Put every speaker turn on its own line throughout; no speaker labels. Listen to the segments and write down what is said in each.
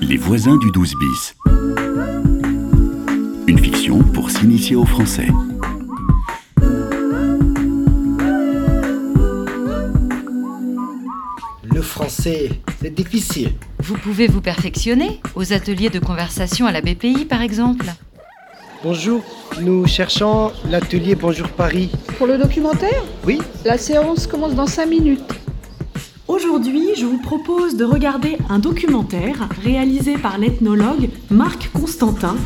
Les voisins du 12 bis. Une fiction pour s'initier au français.
Le français, c'est difficile.
Vous pouvez vous perfectionner aux ateliers de conversation à la BPI par exemple.
Bonjour, nous cherchons l'atelier Bonjour Paris.
Pour le documentaire,
Oui,
la séance commence dans 5 minutes.
Aujourd'hui, je vous propose de regarder un documentaire réalisé par l'ethnologue Marc Constantin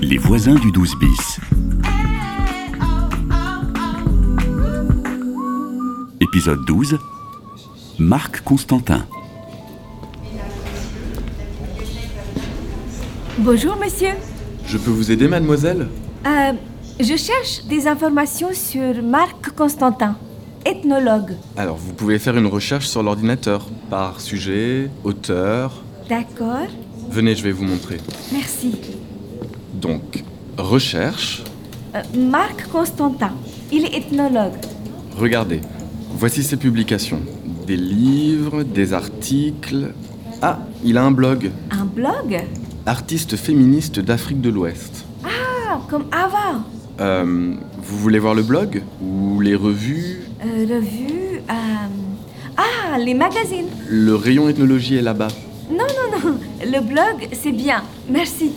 Les voisins du 12 bis. Épisode 12. Marc Constantin.
Bonjour monsieur.
Je peux vous aider, mademoiselle
Euh, je cherche des informations sur Marc Constantin, ethnologue.
Alors, vous pouvez faire une recherche sur l'ordinateur, par sujet, auteur.
D'accord,
Venez, je vais vous montrer.
merci.
Donc, recherche,
Euh, Marc Constantin, il est ethnologue.
regardez. Voici ses publications. Des livres, des articles. Ah, il a un blog.
Un blog
Artiste féministe d'Afrique de l'Ouest.
Ah, comme avant.
Euh, vous voulez voir le blog Ou les revues
Euh, revue. euh, Ah, les magazines.
Le rayon ethnologie est là-bas.
Non, non, non. Le blog, c'est bien. Merci.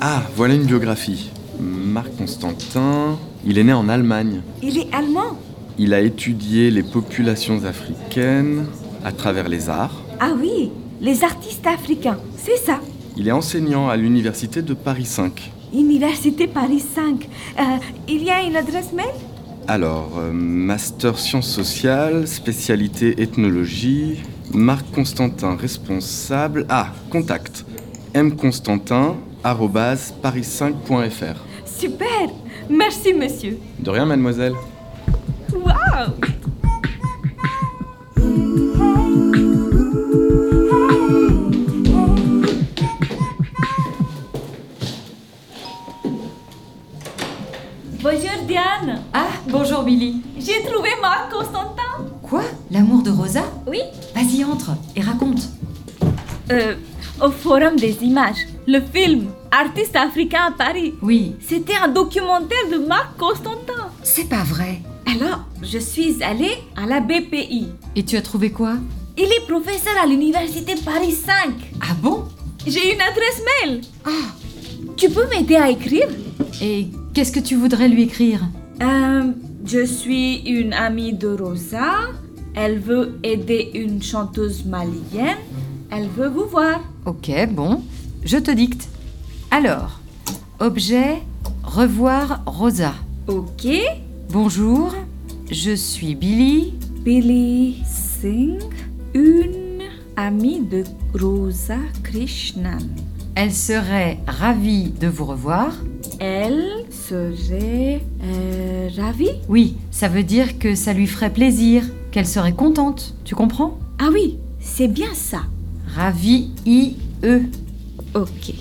Ah, voilà une biographie. Marc Constantin. Il est né en Allemagne.
Il est allemand.
Il a étudié les populations africaines à travers les arts.
Ah oui, les artistes africains. C'est ça.
Il est enseignant à l'université de Paris 5.
Université Paris 5. Euh, il y a une adresse mail
Alors, euh, master sciences sociales, spécialité ethnologie, Marc Constantin responsable. Ah, contact. mconstantin@paris5.fr.
Super. Merci monsieur.
De rien, mademoiselle.
Waouh Bonjour Diane,
Ah, bonjour Billy.
j'ai trouvé Marc Constantin.
Quoi L'amour de Rosa
Oui,
Vas-y, entre et raconte.
euh, au Forum des images, le film Artiste africain à Paris.
Oui.
C'était un documentaire de Marc Constantin.
C'est pas vrai.
Alors, je suis allée à la BPI.
Et tu as trouvé quoi
Il est professeur à l'université Paris 5.
Ah bon
J'ai une adresse mail. Ah, Tu peux m'aider à écrire
Et qu'est-ce que tu voudrais lui écrire
Euh, Je suis une amie de Rosa. Elle veut aider une chanteuse malienne. Elle veut vous voir.
Ok, bon, je te dicte. Alors, objet, revoir Rosa.
Ok.
Bonjour, je suis Billy.
Billy Singh, une amie de Rosa Krishnan.
Elle serait ravie de vous revoir.
Elle serait euh, ravie
Oui, ça veut dire que ça lui ferait plaisir, qu'elle serait contente, tu comprends
Ah oui, c'est bien ça.
Ravie I-E.
Ok.
E.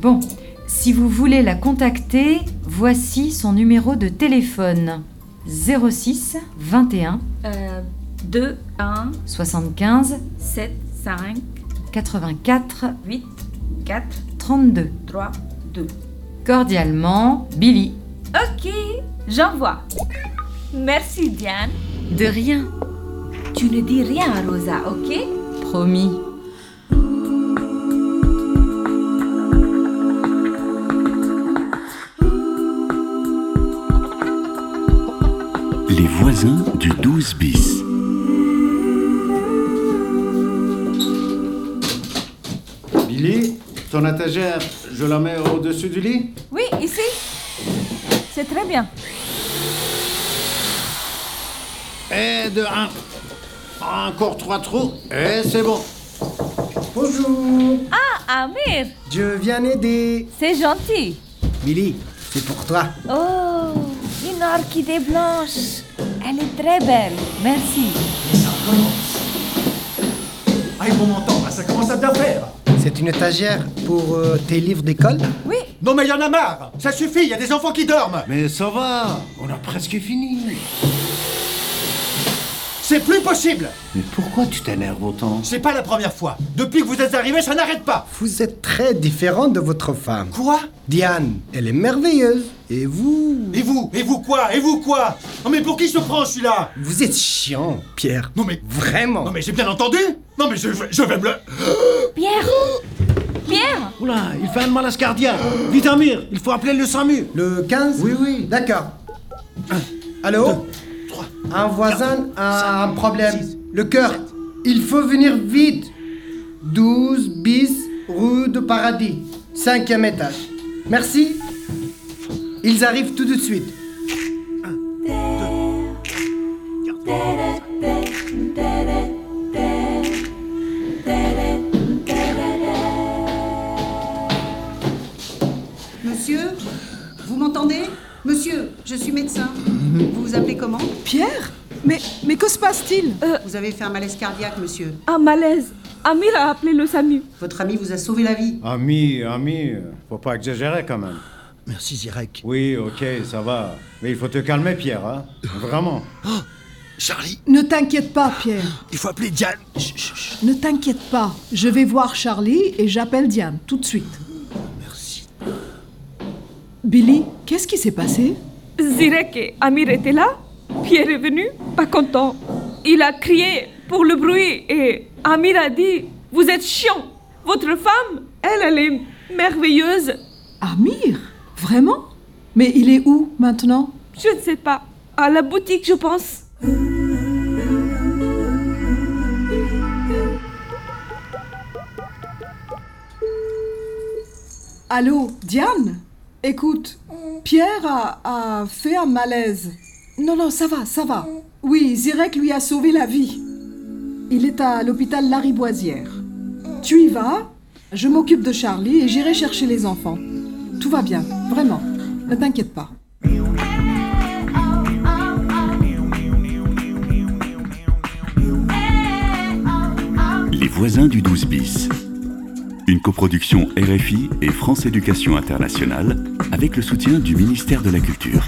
Bon, si vous voulez la contacter, voici son numéro de téléphone. 06 21
Euh, 2, 1,
75
7, 5,
84
8, 4,
32.
3, 2.
Cordialement, Billy.
Ok, j'envoie. Merci Diane.
De rien,
Tu ne dis rien à Rosa, ok
promis.
Les voisins du 12 bis.
Billy, ton étagère, je la mets au-dessus du lit
Oui, ici. C'est très bien.
Et Eh, de un. Encore trois trous. Et c'est bon.
bonjour.
Ah, Amir,
Je viens aider.
c'est gentil.
Billy, c'est pour toi.
Oh, une orchidée blanche. Elle est très belle. Merci.
Ah, ils vont m'entendre, ça commence à bien faire
C'est une étagère pour euh, tes livres d'école
Oui,
Non mais il y en a marre Ça suffit, il y a des enfants qui dorment
Mais ça va, on a presque fini.
C'est plus possible
Mais pourquoi tu t'énerves autant
C'est pas la première fois. Depuis que vous êtes arrivés, ça n'arrête pas.
Vous êtes très différent de votre femme.
Quoi
Diane, elle est merveilleuse. Et vous
Et vous Et vous quoi Et vous quoi Non mais pour qui se prend celui-là
Vous êtes chiant, Pierre.
Non mais...
Vraiment.
Non mais j'ai bien entendu Non mais je, vais- je vais me le...
Pierre Pierre
Oula, il fait un malaise cardiaque. Vite, Amir, il faut appeler le SAMU.
Le 15
Oui, oui.
D'accord. Allô Un voisin a un problème. Le cœur. Il faut venir vite. 12 bis rue de Paradis. Cinquième étage. Merci. Ils arrivent tout de suite.
Monsieur, vous m'entendez Monsieur, je suis médecin. Vous vous appelez comment
Pierre Mais, mais que se passe-t-il
Euh,
Vous avez fait un malaise cardiaque, monsieur.
Un malaise. Amir a appelé le SAMU.
Votre ami vous a sauvé la vie.
Ami, ami, faut pas exagérer quand même.
Merci Zirek.
Oui, ok, ça va. Mais il faut te calmer, Pierre, hein. Vraiment.
Charlie,
Ne t'inquiète pas, Pierre.
il faut appeler Diane.
Ne t'inquiète pas. Je vais voir Charlie et j'appelle Diane tout de suite. Merci. Billy, qu'est-ce qui s'est passé
Zirek et Amir étaient là. Pierre est venu, pas content. Il a crié pour le bruit et Amir a dit Vous êtes chiant Votre femme, elle, elle est merveilleuse.
Amir Vraiment Mais il est où maintenant
Je ne sais pas. À la boutique, je pense.
Allô, Diane Écoute, Pierre a, a fait un malaise. Non, non, ça va, ça va. Oui, Zirek lui a sauvé la vie. Il est à l'hôpital Lariboisière. Tu y vas Je m'occupe de Charlie et j'irai chercher les enfants. Tout va bien, vraiment. Ne t'inquiète pas.
Les voisins du 12 bis. Une coproduction RFI et France Éducation Internationale avec le soutien du ministère de la Culture.